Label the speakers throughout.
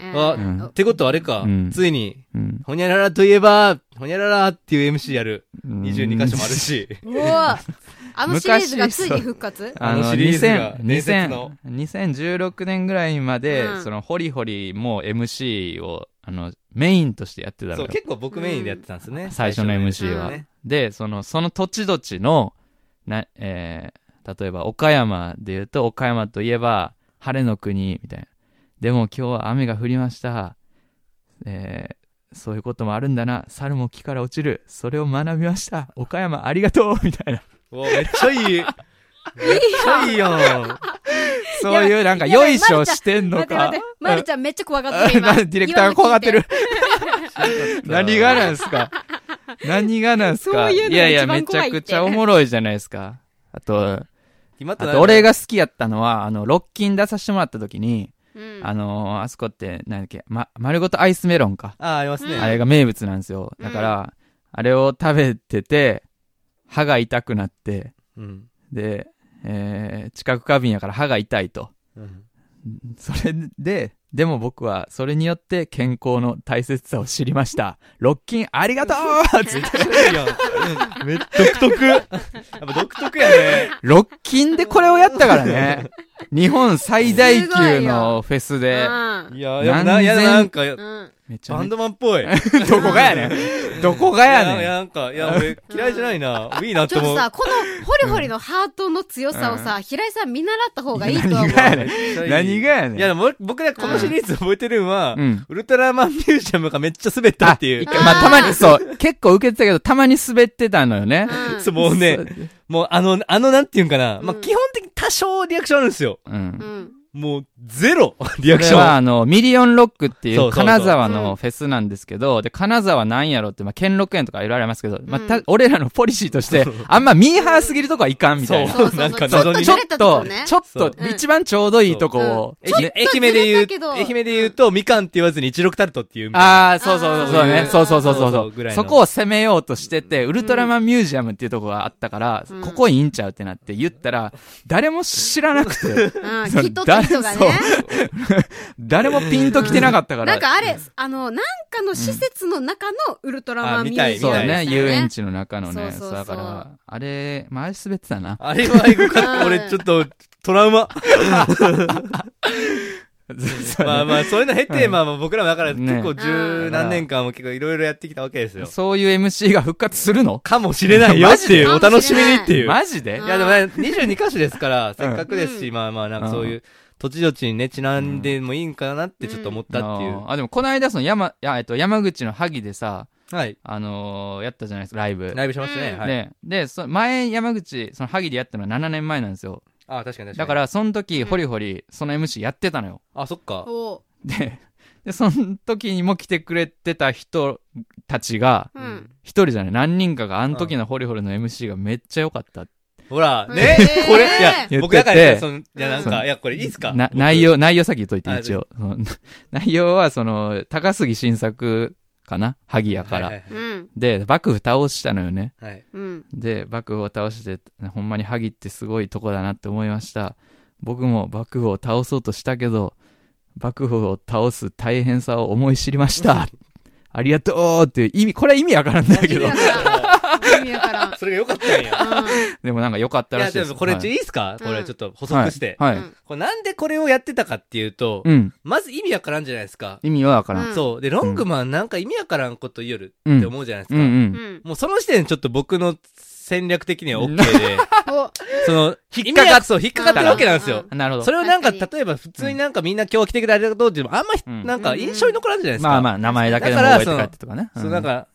Speaker 1: あ、
Speaker 2: うん
Speaker 1: ってことはあれか、
Speaker 2: うん
Speaker 1: ついに、
Speaker 2: うん。
Speaker 1: ほにゃららといえば、ほにゃららっていう MC やる。
Speaker 2: うん
Speaker 1: 22箇所もあるし。
Speaker 3: おぉあのシリーズがついに復活
Speaker 2: あ
Speaker 1: あ
Speaker 2: の、
Speaker 1: のシリーズが
Speaker 2: 2000
Speaker 1: 伝説の
Speaker 2: 2000 2016年ぐらいまで、
Speaker 3: うん
Speaker 2: その、ホリホリも MC を、あの、メインとしてやってたの
Speaker 1: そう、
Speaker 2: よ。
Speaker 1: 結構僕メインでやってたんですよね。
Speaker 2: 最初の MC
Speaker 1: ね
Speaker 2: は。
Speaker 1: ね
Speaker 2: で、その、その土地土地の、な、えー、例えば岡山で言うと、岡山といえば、晴れの国、みたいな。でも今日は雨が降りました。えー、そういうこともあるんだな。猿も木から落ちる。それを学びました。岡山ありがとうみたいな。
Speaker 1: おめっちゃいい。めっちゃいいやん。
Speaker 2: そういう、なんか、
Speaker 3: やば
Speaker 2: よ
Speaker 3: い
Speaker 2: いしょしてん
Speaker 3: 待
Speaker 2: の
Speaker 3: って待っ
Speaker 2: か
Speaker 3: て。、まるちゃんめっちゃ怖がってる今。
Speaker 2: ディレクターが怖がってる。
Speaker 1: 今の聞いて
Speaker 2: 何がなんすか何がなんすか
Speaker 3: そういうのが
Speaker 2: やいや、
Speaker 3: 一番
Speaker 2: めち
Speaker 3: 怖
Speaker 2: ゃ
Speaker 3: いって
Speaker 2: くちゃおもろいじゃないですか。あと、
Speaker 1: 今と
Speaker 2: あ
Speaker 1: な
Speaker 2: と俺が好きやったのは、あの、ロッキン出させてもらった時に、
Speaker 3: うん。
Speaker 2: あのーあそこって、なんだっけ、ま、丸ごとアイスメロンか。
Speaker 1: ああ、ありますね。
Speaker 3: うん
Speaker 2: あれが名物なんですよ。
Speaker 3: うん
Speaker 2: だから、あれを食べてて、歯が痛くなって、
Speaker 1: うん。
Speaker 2: で、えー、知覚過敏やから歯が痛いと。
Speaker 1: うん
Speaker 2: それで、でも僕は、それによって健康の大切さを知りました。ロッキンあ りがとうつって、
Speaker 1: いいやん。めっ独特。やっぱ独特やね。
Speaker 2: ロッキンでこれをやったからね。日本最大級のフェスで。
Speaker 1: いや、やな、やだ、なんか、
Speaker 3: うん。うん。
Speaker 2: めちゃ
Speaker 1: バ
Speaker 2: め
Speaker 1: ン
Speaker 2: ち
Speaker 1: ドマンっ ぽい。い
Speaker 2: ゃ。どこがやねん。どこがやねん。
Speaker 1: なんか、いや、俺、嫌いじゃない な。いいなっ
Speaker 3: ち
Speaker 1: て
Speaker 3: ょっ
Speaker 1: 思
Speaker 3: と
Speaker 1: う。
Speaker 3: さ、このホリホリのハートの強さをさ、平井さん見習った方がいいと思う
Speaker 2: 何。がや ね
Speaker 1: め
Speaker 2: ん。
Speaker 1: っちゃいい
Speaker 2: 何がやねん。
Speaker 1: いや、でも僕ね、このシリーズ覚えてるのは
Speaker 2: う、ん。
Speaker 1: ウルトラマンミュージアムがめっちゃ滑ったってい
Speaker 2: あ
Speaker 1: う。
Speaker 2: 回まあ、たまに、そう、結構受けてたけど、たまに滑ってたのよね。
Speaker 3: うん
Speaker 1: そう、もうね、もうあの、あの、なんていうんかな。まあ、
Speaker 3: うん
Speaker 1: 基本的に多少リアクションあるんですよ。
Speaker 2: うん
Speaker 3: う。ん。
Speaker 1: もう、ゼロリア
Speaker 2: こ
Speaker 1: ク
Speaker 2: れ
Speaker 1: ション。
Speaker 2: はあの、ミリオンロックってい
Speaker 1: そう
Speaker 2: う
Speaker 1: そうそう
Speaker 2: 金沢のフェスなんですけど、で、金沢なんやろって、まあ、兼六園とかいろいろありますけど、まあ、
Speaker 3: う
Speaker 2: た
Speaker 3: ん、
Speaker 2: 俺らのポリシーとして、あんまミーハーすぎるとこはいかんみたいな。
Speaker 3: そうそうそう
Speaker 1: なんか
Speaker 3: ちょっと
Speaker 1: 謎にね
Speaker 2: ちょっと、ち
Speaker 3: ょ
Speaker 2: ょっと、
Speaker 3: うん
Speaker 2: 一番ちょうどいいとこを、
Speaker 1: えひ愛媛で言う、愛媛で言うと、みかんって言わずに一六タルトっていうみたいな。
Speaker 2: ああ、そうそうそうそう
Speaker 1: あ
Speaker 2: ね。
Speaker 1: ー
Speaker 2: そうそうそう
Speaker 1: そ
Speaker 2: そうそう
Speaker 1: そう
Speaker 2: う
Speaker 1: ぐらいの
Speaker 2: そこを攻めようとしてて、ウルトラマンミュージアムっていうとこがあったから、
Speaker 3: うん
Speaker 2: ここいいんちゃうってなって言ったら、誰も知らなくて、
Speaker 3: うん、
Speaker 2: そう
Speaker 3: 聞いとった人がね
Speaker 2: 誰。誰もピンと来てなかったから。
Speaker 3: なんかあれ、あの、なんかの施設の中のウルトラマンミュージ
Speaker 2: そう
Speaker 3: アム
Speaker 2: だ
Speaker 3: みた
Speaker 2: ね、
Speaker 3: いな
Speaker 2: 遊園。地の中のね。
Speaker 3: そう
Speaker 2: そ
Speaker 3: そううそう
Speaker 2: だから、あれ、まあ、あれ滑ってたな。
Speaker 1: あれはエゴかった。
Speaker 3: うん
Speaker 1: 俺、ちょっと、トラウ マ。 まあまあ、そういうの経て、まあまあ、僕らもだから、結
Speaker 2: ね
Speaker 1: 構十何年間も結構いろいろやってきたわけですよ。
Speaker 2: そういう MC が復活するの
Speaker 1: かもしれないよっていう、お
Speaker 3: マジで
Speaker 1: 楽しみにっていう。
Speaker 2: マジで
Speaker 3: う
Speaker 1: い
Speaker 3: ん
Speaker 1: やでもね、22箇所です から、せっかくですし、まあまあ、なんかそういう、土地土地にね、ちなんでもいいんかなってちょっと思ったってい
Speaker 2: あ
Speaker 1: う
Speaker 2: の。あ、でもこの間、その山、いやえっと、山口の萩でさ、
Speaker 1: はい。
Speaker 2: あのーやったじゃないですか、ライブ。
Speaker 1: ライブしましたね。はい。
Speaker 2: で、で、そ前、山口、その、萩でやったのは7年前なんですよ。
Speaker 1: あ、確かに確かに。
Speaker 2: だか、ら、その時、
Speaker 3: うん
Speaker 2: ホリホリ、その MC やってたのよ。
Speaker 1: あ、そっか。
Speaker 3: そ
Speaker 2: で、で、その時にも来てくれてた人たちが、
Speaker 3: う。うん。
Speaker 2: 一人じゃない、何人かが、あの時のホリホリの MC がめっちゃ良かったって。
Speaker 1: ほら、
Speaker 3: うん
Speaker 1: ね
Speaker 3: え、ー
Speaker 1: これ、いや、
Speaker 2: 言ってて
Speaker 1: 僕だからね、その、いや、なん
Speaker 2: う
Speaker 1: か、
Speaker 2: ん
Speaker 1: いや、これいいっすか
Speaker 2: な
Speaker 1: 僕
Speaker 2: 内容、内容先言っといて、
Speaker 1: あ
Speaker 2: 一応。その 内容は、その、高杉晋作かな萩やから。
Speaker 1: はいはいは
Speaker 3: うん。
Speaker 2: で、幕府倒したのよね。
Speaker 1: いはい。
Speaker 3: うん。
Speaker 2: で、幕府を倒して、ほんまに萩ってすごいとこだなって思いました。僕も幕府を倒そうとしたけど、幕府を倒す大変さを思い知りました。 ありがとうっていう意味、これは意味わからんだけ
Speaker 3: 意味
Speaker 2: ど
Speaker 3: わ。からん。意味わからん。
Speaker 1: それが良かったんや。
Speaker 2: でもなんか良かっ
Speaker 1: い
Speaker 2: たら
Speaker 1: や、
Speaker 2: しい
Speaker 1: で
Speaker 2: です。
Speaker 1: もこれ、
Speaker 2: はい
Speaker 1: いいっすかこれ、ちょっと補足して。
Speaker 2: はい。
Speaker 3: う
Speaker 2: はい
Speaker 3: ん
Speaker 1: これなんでこれをやってたかっていうと、
Speaker 2: うん。
Speaker 1: まず意味わからんじゃないですか。
Speaker 2: 意味はわからん。
Speaker 3: ん
Speaker 1: そう。で、ロングマンなんか意味わからんこと言える
Speaker 2: うん
Speaker 1: って思うじゃないです
Speaker 2: うん
Speaker 1: か。
Speaker 3: うん
Speaker 2: うん。
Speaker 3: ん。
Speaker 1: もうその時点でちょっと僕の戦略的には OK で、
Speaker 3: お
Speaker 1: その、引
Speaker 2: っかかっ
Speaker 1: そう、引っかかってるわけなんですよ。
Speaker 2: なるほど
Speaker 1: そ。れをなんか、
Speaker 3: 確か
Speaker 1: 例えば普通になんかみんな今日来てくれてありがとうっていうのもあんまひ、
Speaker 2: うん
Speaker 1: なんか印象に残らんじゃないですか。
Speaker 2: まあまあ、名前だけでも
Speaker 1: だから
Speaker 2: 覚えて帰ってとかね。
Speaker 1: そう、なんか、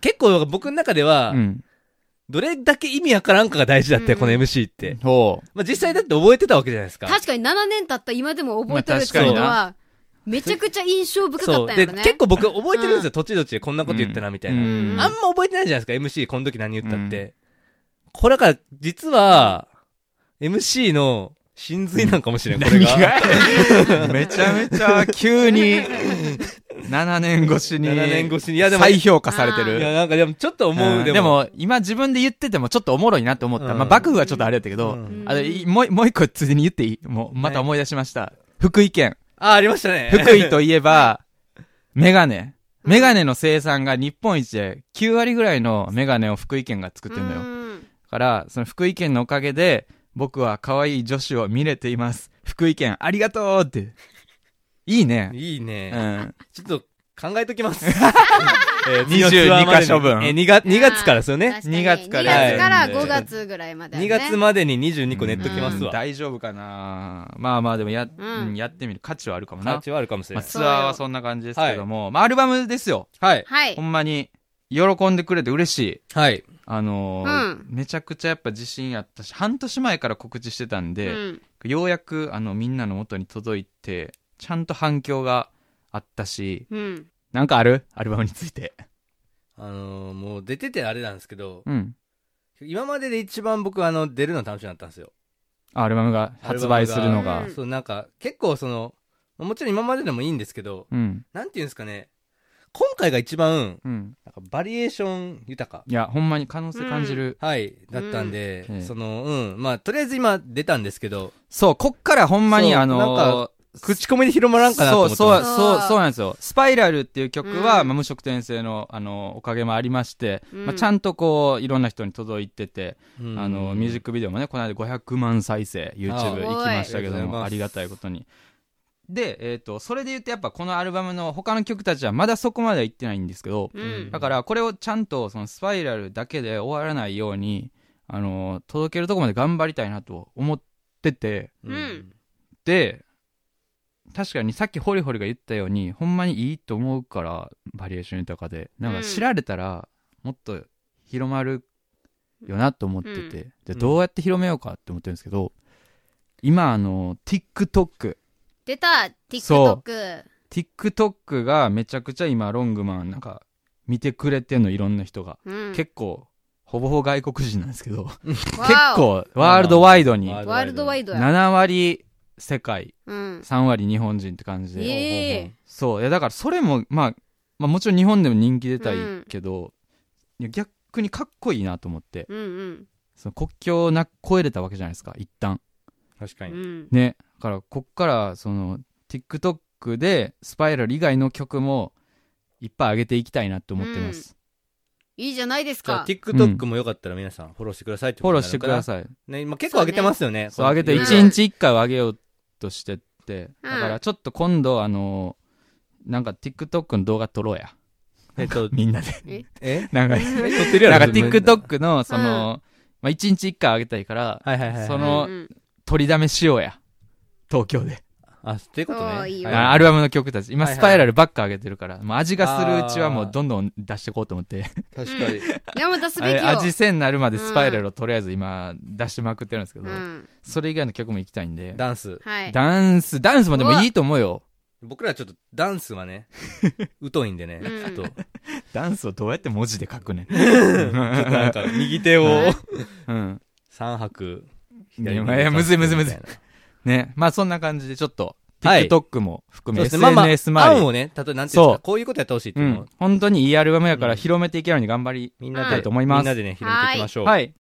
Speaker 1: 結構僕の中では
Speaker 2: う、ん。
Speaker 1: どれだけ意味わからんかが大事だって、
Speaker 3: うん
Speaker 1: この MC って。
Speaker 2: ほう。
Speaker 1: まあ実際だって覚えてたわけじゃないですか。
Speaker 3: 確かに7年経った今でも覚えてるって
Speaker 1: まあ
Speaker 3: いう
Speaker 1: 確
Speaker 3: の
Speaker 1: かに
Speaker 3: は、めちゃくちゃ印象深か
Speaker 1: そ
Speaker 3: っ
Speaker 1: う。
Speaker 3: たん
Speaker 1: で、
Speaker 3: やろね。
Speaker 1: 結構僕覚えてるんです
Speaker 3: う
Speaker 1: よ。途中途中でこんなこと言ったな、みたいな。
Speaker 3: うん
Speaker 1: あんま覚えてないじゃないですか、MC この時何言ったって。これだから、実は、MC の真髄なんかもしれん、これが。
Speaker 2: めちゃめちゃ急に、7年越しに、
Speaker 1: 7年越しに。いや、でも、
Speaker 2: 再
Speaker 1: い
Speaker 2: 評価されて
Speaker 1: や、
Speaker 2: る。
Speaker 1: なんかでも、ちょっと思
Speaker 2: う
Speaker 1: う、
Speaker 2: んで、も、今自分で言っててもちょっとおもろいなって思った。
Speaker 1: うん
Speaker 2: まあ、幕府はちょっとあれだったけ
Speaker 1: う
Speaker 2: ど、
Speaker 1: ん
Speaker 2: あのいもう、もう一個ついでに言っていいもう、また思い出しました。福井県。
Speaker 1: あ、ありましたね。
Speaker 2: 福井といえば、メガネ。メガネの生産が日本一で9割ぐらいのメガネを福井県が作ってるのよ。だ
Speaker 3: うん
Speaker 2: から、その福井県のおかげで、僕は可愛い女子を見れています。福井県ありがとうって。いいね。
Speaker 1: いいうね。
Speaker 2: ん。
Speaker 1: ちょっと考えとき ます。
Speaker 2: 22箇所分
Speaker 1: え 2, 月2月からですよね。
Speaker 3: 確かに
Speaker 2: 2月から
Speaker 3: 2月から
Speaker 1: はい
Speaker 3: 5月ぐらいまで、ね。
Speaker 1: 2月までに22個ネットきます
Speaker 2: うん
Speaker 1: わ。
Speaker 2: 大丈夫かなまあまあでもや、
Speaker 3: うん
Speaker 2: うんやってみる価値はあるかも
Speaker 1: 価
Speaker 2: な。
Speaker 1: 値はあるかもしれ
Speaker 2: まあ、
Speaker 1: ない。
Speaker 2: ツアーはそんな感じですけども、まあアルバムですよ。
Speaker 1: はい。
Speaker 3: はい
Speaker 2: ほ。んまに、喜んでくれて嬉しい。
Speaker 1: はい。
Speaker 2: あのー
Speaker 3: うん
Speaker 2: めちゃくちゃやっぱ自信あったし、半年前から告知してたん
Speaker 3: う
Speaker 2: で、
Speaker 3: ん
Speaker 2: ようやくあのみんなの元に届いて、ちゃんと反響があったし、
Speaker 3: うん。
Speaker 2: なんかあるアルバムについて。
Speaker 1: あのーもう出ててあれなんですけど、
Speaker 2: うん。
Speaker 1: 今までで一番僕、あの、出るの楽しみだったんですよ。
Speaker 2: あアルバムが発売するの
Speaker 3: ア
Speaker 2: が
Speaker 3: ルバム。
Speaker 1: そう、なんか、結構その、もちろん今まででもいいんですけど、
Speaker 2: うん。
Speaker 1: なんていうんですかね、今回が一番、
Speaker 2: うん。
Speaker 1: なんかバリエーション豊か。
Speaker 2: いや、ほんまに可能性感じる。
Speaker 1: はい、だったんで、
Speaker 2: うん
Speaker 1: その、うん、まあ、とりあえず今出たんですけど、
Speaker 2: そう、こっからほんまに
Speaker 1: そう
Speaker 2: あのー
Speaker 1: なん口コミで広まらんかなと思ってます
Speaker 2: そうそう
Speaker 3: ます
Speaker 2: そうそうなんですよ「スパイラル」っていう曲は、
Speaker 3: うん
Speaker 2: まあ、無色転生のあのおかげもありまして、
Speaker 3: うん
Speaker 2: まあ、ちゃんとこういろんな人に届いてて、
Speaker 1: うん
Speaker 2: あのミュージックビデオもねこの間500万再生 YouTube
Speaker 3: あ
Speaker 2: 行きましたけど
Speaker 1: すごい
Speaker 2: もありがたいことにで、えー、とそれで言うとやっぱこのアルバムの他の曲たちはまだそこまでは行ってないんですけど、
Speaker 3: うん
Speaker 2: だからこれをちゃんとそのスパイラルだけで終わらないようにあの届けるとこまで頑張りたいなと思ってて、
Speaker 3: うん
Speaker 2: で確かにさっきホリホリが言ったようにほんまにいいと思うからバリエーション豊かでなん
Speaker 3: う
Speaker 2: か
Speaker 3: ん
Speaker 2: 知られたらもっと広まるよなと思ってて、
Speaker 3: うん
Speaker 2: で
Speaker 1: うん
Speaker 2: どうやって広めようかって思ってるんですけど今あの TikTokTikTok
Speaker 3: 出た
Speaker 2: そ
Speaker 3: TikTok。
Speaker 2: TikTok がめちゃくちゃ今ロングマンなんか見てくれてんのいろんな人が、
Speaker 3: うん
Speaker 2: 結構ほぼほぼ外国人なんですけど
Speaker 3: わ
Speaker 2: 結
Speaker 3: お
Speaker 2: 構ワールドワイドに
Speaker 1: ワ
Speaker 3: ワールドワイドや。
Speaker 2: 7割世界
Speaker 3: うん。
Speaker 2: 3割日本人って感じで、
Speaker 3: ええ
Speaker 2: そういやだからそれも、まあ、まあもちろん日本でも人気出たいけど、いや逆にかっこいいなと思って
Speaker 3: うんうん
Speaker 2: その国境をな越えれたわけじゃないですか一旦
Speaker 1: 確か
Speaker 3: う
Speaker 1: に。
Speaker 3: ん。
Speaker 2: ねだからこっからその TikTok でスパイラル以外の曲もいっぱい上げていきたいなと思ってます、
Speaker 3: いいじゃないです
Speaker 1: じゃ
Speaker 3: か
Speaker 1: あ。TikTok もよかったら皆さんフォローしてくださいって
Speaker 2: フ
Speaker 1: こと
Speaker 2: ォロ
Speaker 1: に
Speaker 2: ー
Speaker 1: な
Speaker 2: して
Speaker 1: る
Speaker 2: く
Speaker 1: かな
Speaker 2: ださい
Speaker 1: ね、今結構上げてますよね。
Speaker 2: そう上げて
Speaker 3: うん
Speaker 2: 1日1回は上げようとしてって、だからちょっと今度あのなんか TikTok の動画撮ろうや
Speaker 1: えっ と、
Speaker 2: みんなで
Speaker 1: え
Speaker 2: なんか
Speaker 1: え撮ってるやろ
Speaker 2: なんか
Speaker 1: 自分
Speaker 2: TikTok の、その、まあ、1日1回あげたいから、
Speaker 1: はいはいはいはい。
Speaker 2: そ
Speaker 3: うん
Speaker 2: の
Speaker 3: うん
Speaker 2: 取りだめしようや。東京で。
Speaker 1: あ、っていうこと
Speaker 3: おー
Speaker 1: ね。
Speaker 3: いいよ
Speaker 1: は
Speaker 2: あのアルバムの曲たち。今、
Speaker 1: はいはい
Speaker 2: スパイラルばっかあげてるから、もう味がするうちはもうどんどん出していこうと思って。
Speaker 1: 確かに。
Speaker 3: 山田す
Speaker 2: あ
Speaker 3: べき
Speaker 2: れ
Speaker 3: よ。
Speaker 2: 味せになるまでスパイラルをとりあえず今出してまくってるんですけど
Speaker 3: う、ん。
Speaker 2: それ以外の曲も行きたいんで。
Speaker 1: ダンス。
Speaker 3: はい。
Speaker 2: ダンス、ダンスもでもいいと思うよ。
Speaker 1: 僕らちょっとダンスは ね、疎いんでね、
Speaker 3: うん
Speaker 1: ちょっと、ちょ
Speaker 2: ダンスをどうやって文字で書くねん。
Speaker 1: っとなんか右手を
Speaker 2: はいうん。
Speaker 1: 3拍、
Speaker 2: いやいやむずいむずいむずい
Speaker 1: みたな。
Speaker 2: ね。まあそんな感じでちょっと、
Speaker 1: はい
Speaker 2: TikTok も含
Speaker 1: そう
Speaker 2: め
Speaker 1: ですね。まあまあ、
Speaker 2: SNS 周り
Speaker 1: 案をね、例えばなんていうんです
Speaker 2: そう
Speaker 1: か、こういうことやってほしいって
Speaker 2: う
Speaker 1: いうのを
Speaker 2: ん、本当にいいアルバムやから
Speaker 1: うん
Speaker 2: 広めていけるように頑張り
Speaker 1: みんな
Speaker 3: は
Speaker 1: で
Speaker 3: い、
Speaker 2: と思います
Speaker 1: みんなでね、広めていきましょう。
Speaker 2: はい。